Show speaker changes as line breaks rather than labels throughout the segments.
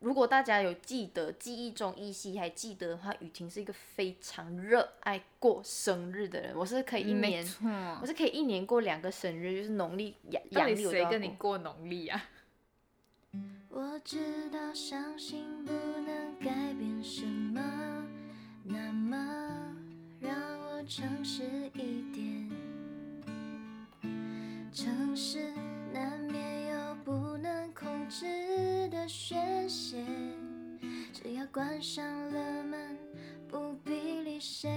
如果大家有记得记忆中依稀还记得的话，雨婷是一个非常热爱过生日的人。我是可以一
没
年，
错，
我是可以一年过两个生日，就是农历、阳
到
阳
底
历我都
谁
要
跟你
过。
过农历啊？
我知道伤心不能改变什么，那么让我诚实一点。诚实难免有不能控制的宣泄，只要关上了门，不必理谁。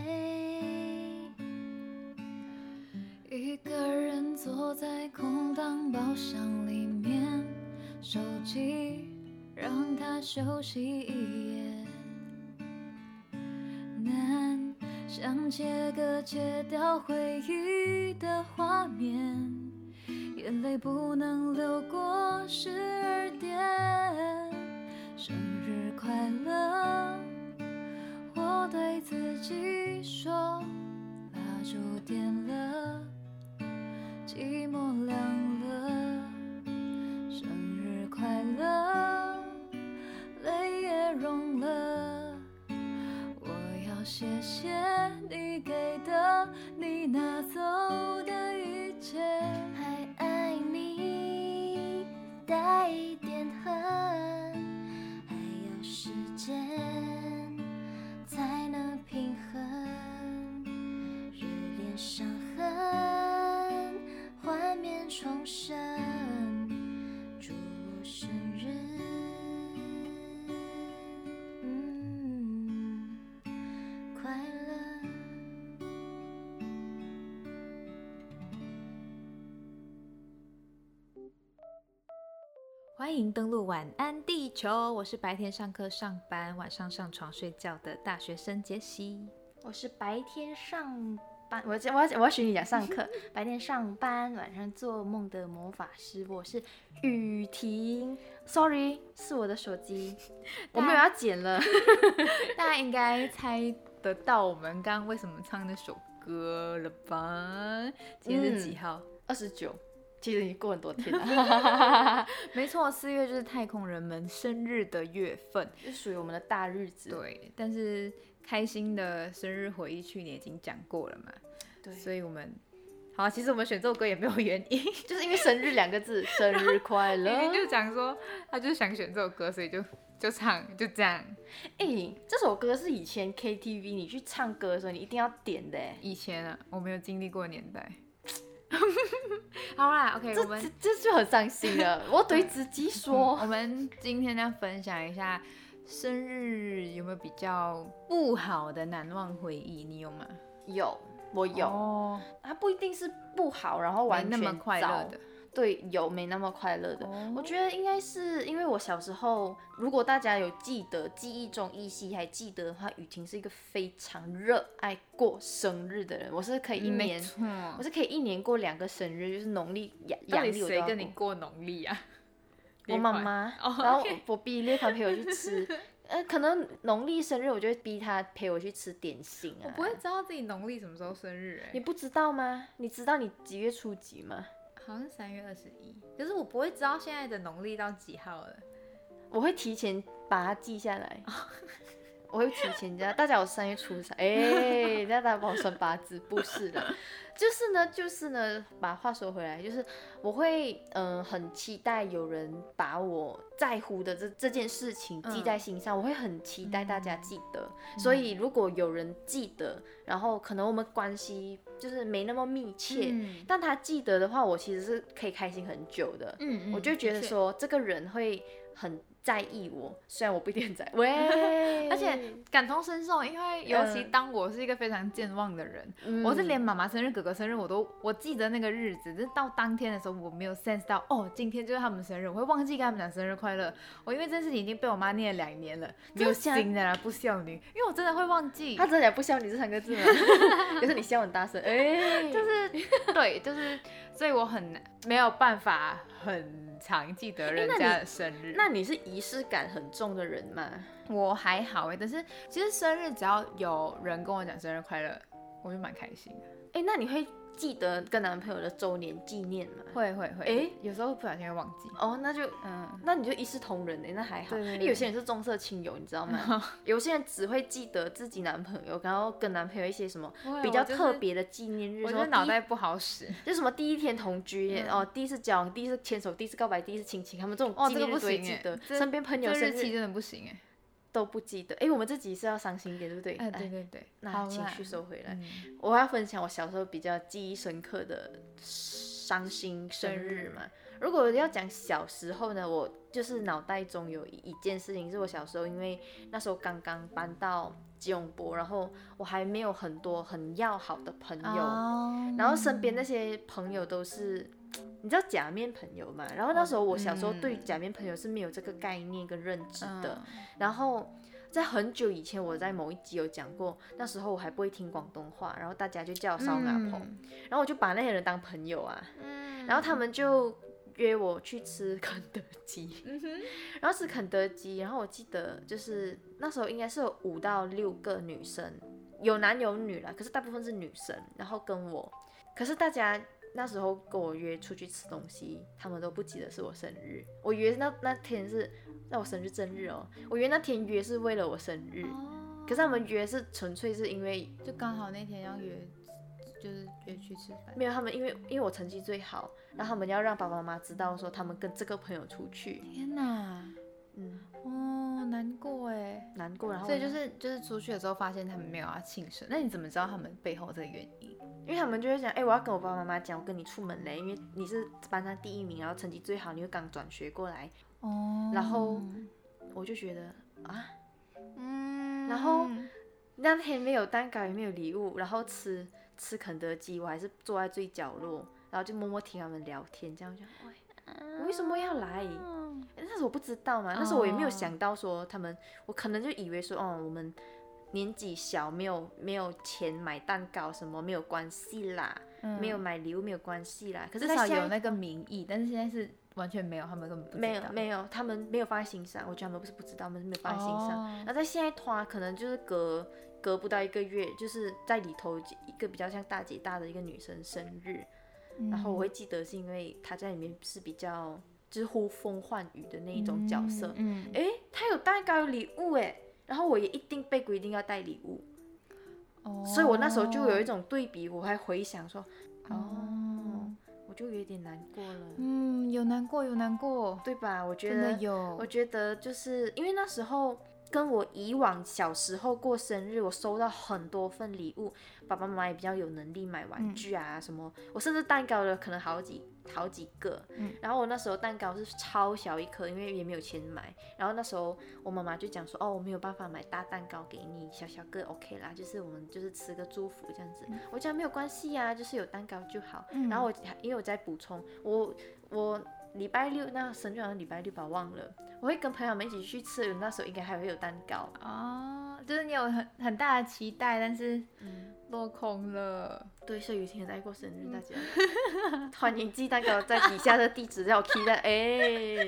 一个人坐在空荡包厢里面，手机让它休息一夜。难想切割切掉回忆的画面，眼泪不能流过十二点。生日快乐，我对自己说。蜡烛点了，寂寞凉了，生日快乐，泪也融了。我要谢谢你给的，你拿走的一切。还爱你带一点恨，还要时间才能平衡。热恋伤痕，幻面重生。祝我生日，嗯，快乐。
欢迎登录晚安地球，我是白天上课上班，晚上上床睡觉的大学生杰西。
我是白天上班，我要讲我要讲我要学你讲上 课，白天上班，晚上做梦的魔法师，我是雨婷。Sorry，是我的手 机，我没有要剪了。
大家应该猜得到我们刚刚为什么唱那首歌了吧？今天
嗯
是几号？
二十九，其实已经过很多天了。
没错，四月就是太空人们生日的月份。
就属于我们的大日子。
对，但是开心的生日回忆去年已经讲过了嘛，
对
所以我们好，啊其实我们选这首歌也没有原因，
就是因为生日两个 字，生日快乐。
明明就
哎、
讲说他就想选这首歌，所以就就唱就这样。
哎这首歌是以前 KTV 你去唱歌的时候，你一定要点的欸。
以前啊，我没有经历过的年代。 好啦，OK，
这
我们
这这就很伤心 了。我对自己
嗯我
说，
们今天要分享一下生日有没有比较不好的难忘回忆，你有吗？
有我有、
嗯哦
它不一定是不好，然后
没
完
那
全
么快乐
糟
的。
对，有没那么快乐的。
哦
我觉得应该是因为我小时候，如果大家有记得记忆中依稀还记得的话，雨婷是一个非常热爱过生日的人。我是可以一
嗯没
年
错，
我是可以一年过两个生日，就是农历、阳
到
阳
底
历我都
谁
要
跟你
过。
过农历啊？
我妈妈，
哦
然后我我逼那团陪我去 吃，呃，可能农历生日我就会逼她陪我去吃点心啊。
我不会知道自己农历什么时候生日哎、
你不知道吗？你知道你几月初几吗？
好像是三月二十一，可是我不会知道现在的农历到几号了。
我会提前把它记下来。
哦
我会提前加，大家有三月初三，哎、 那大家帮我算八字，不是的，就是呢，就是呢，把话说回来，就是我会，嗯、很期待有人把我在乎的这这件事情记在心上，我会很期待大家记得，
嗯
所以如果有人记得，然后可能我们关系就是没那么密切，
嗯
但他记得的话，我其实是可以开心很久的，
嗯
我就觉得，说这个人会很在意我，虽然我不一定很在意。喂，
而且感同身受，因为尤其
嗯
当我是一个非常健忘的人，
嗯
我是连妈妈生日、哥哥生日我都我记得那个日子，但是到当天的时候我没有 sense 到哦，今天就是他们生日，我会忘记跟他们讲生日快乐。我因为这件事情已经被我妈念了两年了，没
真的
有
假的
心的啦，不孝女，因为我真的会忘记
他。真的也不笑你这三个字吗？ 可是你笑很大声， 哎，
就是对，就是，所以我很难没有办法很常记得人
那你
家的生 日。
那你是仪式感很重的人嘛？
我还好哎，但是其实生日只要有人跟我讲生日快乐，我就蛮开心的。
哎，那你会记得跟男朋友的周年纪念嘛？
会会会，
诶
有时候不小心会忘记。
哦，那就
嗯，
那你就一视同仁欸诶、那还好。
对对
因为
对
有些人是重色轻友，你知道 吗？有些人只会记得自己男朋友，然后跟男朋友一些什么
不会
比较
我就是
特别的纪念日，
我
什
觉
么
得脑
第一
袋不好使。
就什么第一天同居耶、哦，第一次交往，第一次牵手，第一次告白，第一次亲亲，他们这种
嗯哦，
纪
这个
念
不
日都会
行
记
哎
得，，
这
身边朋友
这
生
日期真的不行哎。
都不记得。哎，我们这集是要伤心一点，对不对？
哎，对
哎
对对，好
那
啦
情绪收回来。
嗯
我要分享我小时候比较记忆深刻的伤心生日嘛。如果要讲小时候呢，我就是脑袋中有一一件事情，是我小时候，因为那时候刚刚搬到吉隆坡，然后我还没有很多很要好的朋友，
哦
然后身边那些朋友都是。你知道假面朋友嘛？然后那时候我小时候对
嗯
假面朋友是没有这个概念跟认知的，
嗯
然后在很久以前，我在某一集有讲过，那时候我还不会听广东话，然后大家就叫我烧鸭婆，然后我就把那些人当朋友啊，然后他们就约我去吃肯德基， 然后吃肯德基，然后我记得就是那时候应该是有五到六个女生，有男有女啦，可是大部分是女生，然后跟我，可是大家。那时候跟我约出去吃东西，他们都不记得是我生日。我以为那那天是那我生日正日哦，我以为那天约是为了我生日，
哦
可是他们约是纯粹是因为
就刚好那天要约，就是约去吃饭。
没有他们，因为因为我成绩最好，然后他们要让爸爸妈妈知道说他们跟这个朋友出去，
天哪，
嗯，
哦，难过哎。
难过。然后
所以就是就是出去的时候发现他们没有要庆生，那你怎么知道他们背后这个原因？
因为他们就会讲，哎、我要跟我爸爸妈妈讲，我跟你出门嘞，因为你是班上第一名，然后成绩最好，你又刚转学过来，
哦
然后我就觉得啊，
嗯
然后那天没有蛋糕也没有礼物，然后吃吃肯德基，我还是坐在最角落，然后就默默听他们聊天，这样我就喂。我为什么要来？诶那时候我不知道嘛，那时候我也没有
哦
想到说他们，我可能就以为说，哦，我们年纪小，没有没有钱买蛋糕什么，没有关系啦，没有买礼物没有关系啦。可是
至
在
少
下一
有嗯那个名义，但是现在是完全没有，他们根本不
没有没有，他们没有放在心上，我觉得他们不是不知道，他们是没有放在心上。
哦
然后在现在拖，可能就是隔隔不到一个月，就是在里头一个比较像大姐大的一个女生生日，
有
然后我会记得是因为她在里面是比较就是呼风唤雨的那一种角色，
嗯，
诶，他有蛋糕有礼物诶，然后我也一定被规定要带礼物，
哦
所以我那时候就有一种对比，我还回想说，哦
哦，
我就有点难过了，
嗯，有难过有难过，
对吧？我觉
真的
得，
有，
我觉得就是因为那时候跟我以往小时候过生日，我收到很多份礼物，爸爸妈妈也比较有能力买
嗯
玩具啊什么，我甚至蛋糕了可能好几好几个，
嗯
然后我那时候蛋糕是超小一颗，因为也没有钱买，然后那时候我妈妈就讲说，哦，我没有办法买大蛋糕给你，小小个 OK 啦，就是我们就是吃个祝福这样子，我讲没有关系啊，就是有蛋糕就好，
嗯
然后我因为我在补充，我我。礼拜六那生日好像礼拜六吧，忘了。我会跟朋友们一起去吃，那时候应该还会有蛋糕。
哦，就是你有很很大的期待，但是
嗯，
落空了。
对，所以有一天在过生日，大家 欢迎寄蛋糕在底下的地址让我 key 在哎。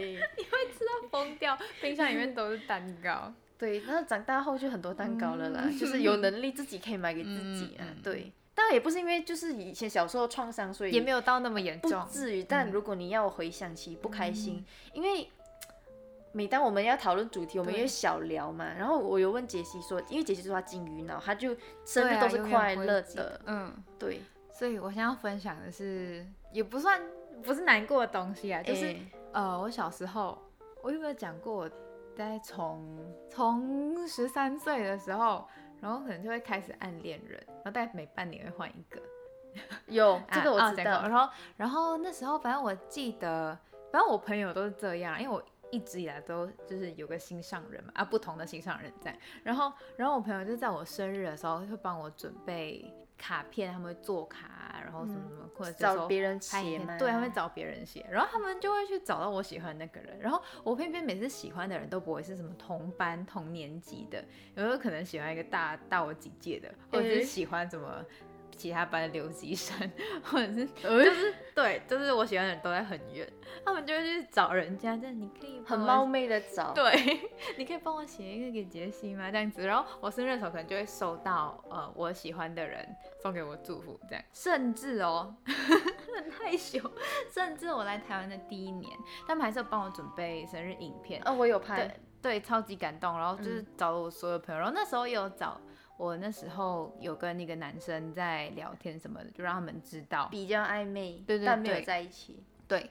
疯掉，冰箱里面都是蛋糕。
对，那长大后就很多蛋糕了啦，就是有能力自己可以买给自己啊。
嗯嗯嗯
对，但也不是因为就是以前小时候创伤，所以
也没有到那么严
不嗯
重。
至于。但如果你要我回想起不开心，因为。每当我们要讨论主题，我们
对
因为小聊嘛，然后我有问杰西说，因为杰西说她金鱼脑，她就生
对
日
啊
都是
永远
快
不会
乐
记
的
得，嗯，
对，
所以我现在要分享的是，也不算不是难过的东西啊，就是、
哎
呃，我小时候，我有没有讲过，我在从从十三岁的时候，然后可能就会开始暗恋人，然后大概每半年会换一个。
有
啊
这个我
啊
知
讲
道，
过然后然后那时候反正我记得，反正我朋友都是这样，因为我一直以来都就是有个心上人嘛，啊不同的心上人在。然后然后我朋友就在我生日的时候会帮我准备卡片，他们会做卡，啊然后什么什么，或者是
找
说
别人
拍影
写
片
吗
对，他会找别人写，然后他们就会去找到我喜欢的那个人，然后我偏偏每次喜欢的人都不会是什么同班同年级的，有时候可能喜欢一个大大我几届的，或者
诶
是喜欢什么。其他班的留级生，或 者是
呃
就是对，就是我喜欢的人都在很远，他们就会去找人家，但你可以帮
很
我
冒昧的找，
对， 你可以帮我写一个给杰西吗？这样子，然后我生日的时候可能就会收到呃我喜欢的人送给我祝福，这样，甚至哦， 很害羞，甚至我来台湾的第一年，他们还是有帮我准备生日影片，
啊，我有
对
拍，
对，超级感动，然后就是
嗯
找了我所有朋友，然后那时候也有找。我那时候有跟一个男生在聊天什么的，就让他们知道。
比较暧昧，
对对
但没有
对
在一起。
对，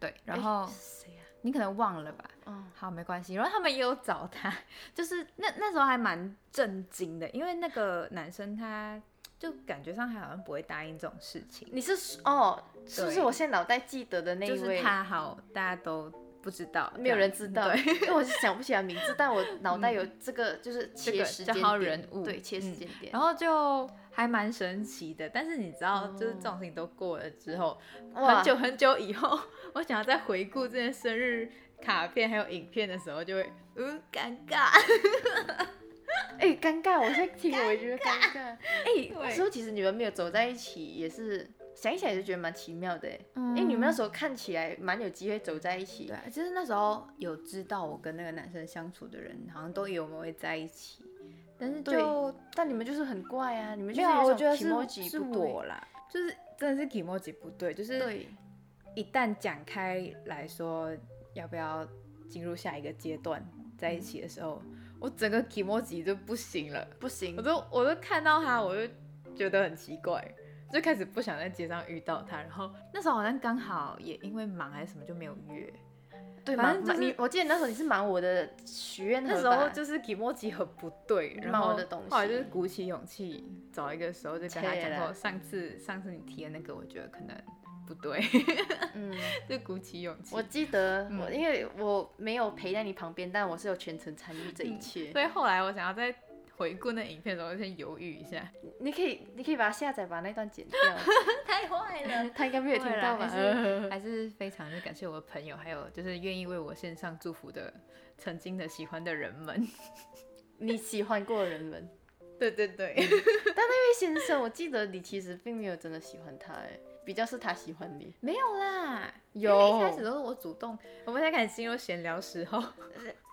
对，然
诶
后
是谁啊？
你可能忘了吧，
嗯，
好，没关系。然后他们也有找他，就是那那时候还蛮震惊的，因为那个男生他就感觉上他好像不会答应这种事情，
你是哦，是不是
对
我现在脑袋记得的那
就
一
是
位？
他好，大家都不知道，
没有
这样
人知道，
对，嗯
因为我是想不起来名字，但 我脑袋有这个，就是
这
切
个
时间
这号
点，
人物
对，切时
嗯
间点。
然后就还蛮神奇的。但是你知道，就是
哦
这种事情都过了之后，
哇
很久很久以后，我想要再回顾这些生日卡片还有影片的时候，就会嗯尴尬。
哎、尴尬，我现在听我也觉得尴尬。哎、那
对
时候其实你们没有走在一起，也是想一想也是觉得蛮奇妙的。欸因
嗯
哎为你们那时候看起来蛮有机会走在一起
对，，其实那时候有知道我跟那个男生相处的人，好像都以为我们会在一起，但是
对
就
但你们就是很怪啊，你们
没
就是
有啊，
有
我
一
觉
种
得是
emoji
是
不对
我啦，就是真的是 emoji 不对，就是
对，
一旦讲开来说要不要进入下一个阶段在一起的时候，我整个 emoji 就不行了，
不行
我，都我都看到他，我就觉得很奇怪。就开始不想在街上遇到他，然后那时候好像刚好也因为忙还是什么就没有约，
对
反
蛮
正
蛮
就是
你我记得那时候你是忙我的许愿盒
那时
吧
候就是给莫吉很不对，然
冒
后
的东西
后来就是鼓起勇气找一个时候就跟他
切
讲
了
说，上次上次你提的那个，我觉得可能不对，
嗯，
就鼓起勇气。
我记得
嗯
我因为我没有陪在你旁边，但我是有全程参与这
嗯
一切。
所以后来我想要再回顾那影片的时候，我先犹豫一下，
你可以你可以把它下载，把那段剪掉，
太 坏了，
他应该没有听到吧？
会啦还是还是非常就感谢我的朋友，还有就是愿意为我献上祝福的曾经的喜欢的人们。
你喜欢过的人们。
对对对，
魏先生，我记得你其实并没有真的喜欢他，哎，比较是他喜欢你。
没有啦，因为
有
一开始都是我主动，我们才开始进入闲聊时候。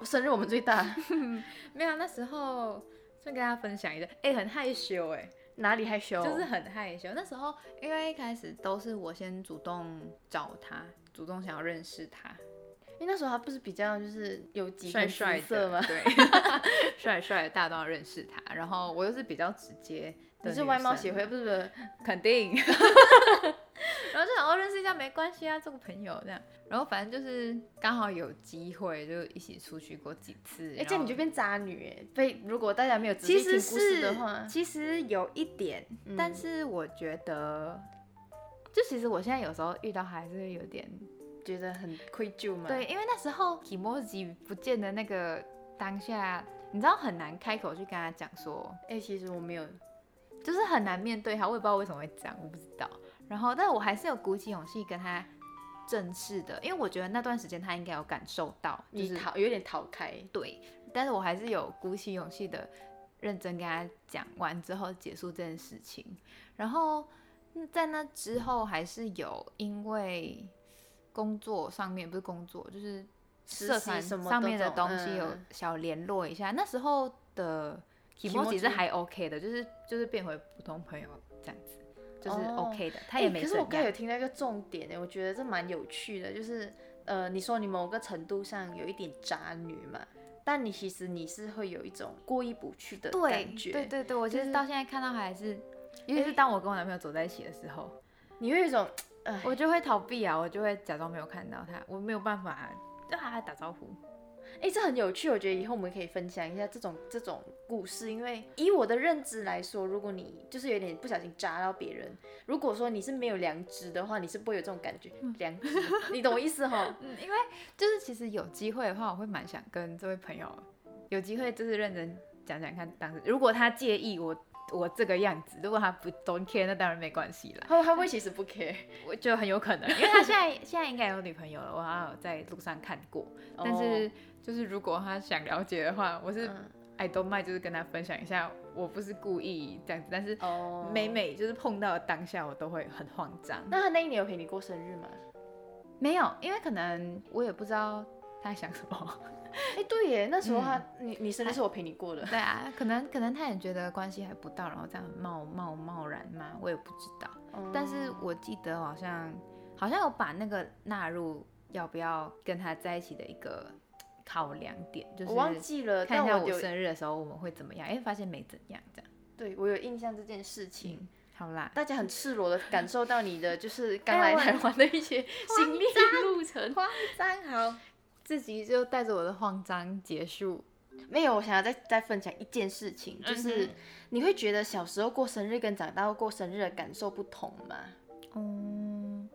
生日我们最大，
没有，那时候顺便跟大家分享一下，哎、很害羞哎、
哪里害羞？哦
就是很害羞。那时候因为一开始都是我先主动找他，主动想要认识他，
因为那时候他不是比较就是有几
帅
分
帅
姿色
的，
吗？
对， 帅帅的，大家都要认识他。然后我又是比较直接的，
你是外貌协会，不是不是？
肯定。 然后就想要认识一下，没关系啊，做个朋友这样。然后反正就是刚好有机会，就一起出去过几次。
哎，这样你就变渣女哎！被如果大家没有仔
其
细
实
听故事
是
的话，
其实有一点，
嗯
但是我觉得，就其实我现在有时候遇到还是会有点
觉得很愧疚嘛。
对，因为那时候 i m o j i 不见的那个当下，你知道很难开口去跟他讲说，
哎，其实我没有，
就是很难面对他，我也不知道为什么会这样，我不知道。然后，但我还是有鼓起勇气跟他正式的，因为我觉得那段时间他应该有感受到，就
你
是
逃有点逃开。
对，但是我还是有鼓起勇气的认真跟他讲完之后结束这件事情，然后嗯在那之后还是有因为工作上面不是工作就是
实
社
习
团
什么
上面
这
的
种
东西有
嗯
小联络一下，那时候的 k i m o
Kimoji
j i 是还 OK 的，就是就是变回普通朋友这样子。就是
哦
OK 的，他
哎
也没
可
怎
是我刚才有
样。
听到一个重点呢，我觉得这蛮有趣的，就是呃，你说你某个程度上有一点渣女嘛，但你其实你是会有一种过意不去的
对
感觉，
对对对，我其
就
实
是
到现在看到还是，尤其是
哎
当我跟我男朋友走在一起的时候，
你会有一种哎，
我就会逃避啊，我就会假装没有看到他，我没有办法对他打招呼。
哎，这很有趣，我觉得以后我们可以分享一下这种这种故事，因为以我的认知来说，如果你就是有点不小心扎到别人，如果说你是没有良知的话，你是不会有这种感觉，良知，你懂我意思哈？
嗯，因为就是其实有机会的话，我会蛮想跟这位朋友有机会就是认真讲讲看，当时如果他介意我我这个样子，如果他不 don't care，那当然没关系啦，
他他会其实不 care，
我就很有可能，因为他现在现在应该有女朋友了，我好像有在路上看过，但
哦
是就是如果他想了解的话，我是
嗯
I don't mind，就是跟他分享一下，我不是故意这样子，但是
哦
每每就是碰到的当下，我都会很慌张。
那他那一年有陪你过生日吗？
没有，因为可能我也不知道他在想什么。
哎、对耶，那时候他、你你生日是我陪你过的，
对啊，可能可能他也觉得关系还不到，然后这样冒冒贸然嘛，我也不知道。但是
哦
我记得好像好像有把那个纳入要不要跟他在一起的一个考量点，就是
我忘记了，
看
但
一下
我
我
有
生日的时候我们会怎么样，哎，发现没怎样这样。
对我有印象这件事情。
嗯，好啦，
大家很赤裸的感受到你的就是刚
哎
来
我
台湾的一些心历路 程。
慌张好，自己就带着我的慌张结束。
没有，我想要再再分享一件事情，就是
嗯哼
你会觉得小时候过生日跟长大后过生日的感受不同吗？
嗯，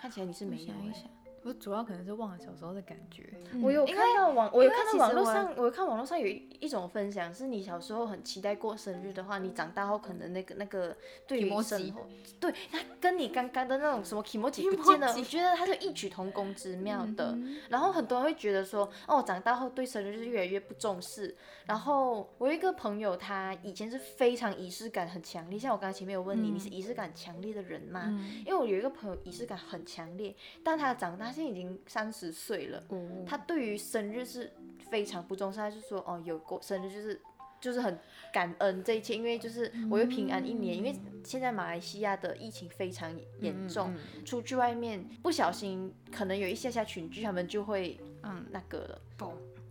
看起来你是
我
没有
想一
欸
想，我主要可能是忘了小时候的感觉。
我有
嗯因为
看到网，我有看到
其
网
实
络
我
上，我有看网络上有一一种分享，是你小时候很期待过生日的话，你长大后可能那个那个对
提
于
莫
生
吉
活，对，它跟你刚刚的那种什么 emoji 不见了，我觉得它是异曲同工之妙
嗯
的。然后很多人会觉得说，哦，长大后对生日就是越来越不重视。然后我有一个朋友，他以前是非常仪式感很强烈，像我刚才前面有问你，你
嗯
是仪式感强烈的人吗？因为我有一个朋友仪式感很强烈，但他长大现在已经三十岁了，
哦
他对于生日是非常不重视，他就说哦，有过生日就是就是很感恩这一切，因为就是
嗯
我又平安一年，因为现在马来西亚的疫情非常
嗯
严重，出去外面不小心可能有一下下群聚，他们就会嗯那个了。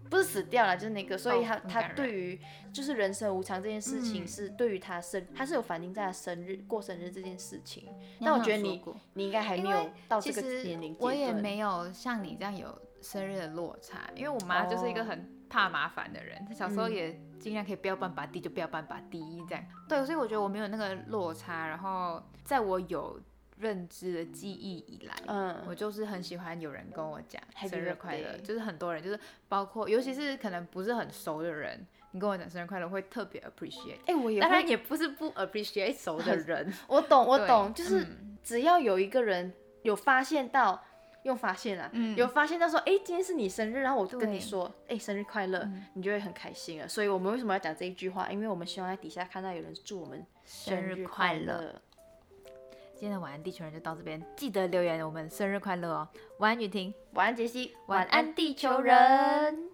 不是死掉了，就是那个，所以他、
很
他
感人
对于就是人生无常这件事情
嗯
是对于他生，他是有反映在他生日过生日这件事情。但我觉得
好像有
你
说过
你应该还没
因
有
为
到
其
这个
实
年龄阶
我
段，
也没有像你这样有生日的落差，因为我妈就是一个
哦
很怕麻烦的人，她小时候
嗯
也尽量可以不要办把地就不要办把地这样。对，所以我觉得我没有那个落差，然后在我有认知的记忆以来。
嗯，
我就是很喜欢有人跟我讲
Happy
生日快乐，
birthday
就是很多人，就是包括尤其是可能不是很熟的人，你跟我讲生日快乐会特别 appreciate。
哎、我也
当
会
然也不是不 appreciate 熟的
很
人，
我懂，我
对
懂，就是
嗯
只要有一个人有发现到，用发现啊，
嗯
有发现到说，哎，今天是你生日，然后我就跟你
对嗯
说，哎，生日快乐，你就会很开心了。所以我们为什么要讲这一句话？因为我们希望在底下看到有人祝我们
生日
日
快乐
乐。
今天的晚安地球人就到这边，记得留言我们生日快乐哦！晚安，雨婷。
晚安，杰西，
晚安
地
球人。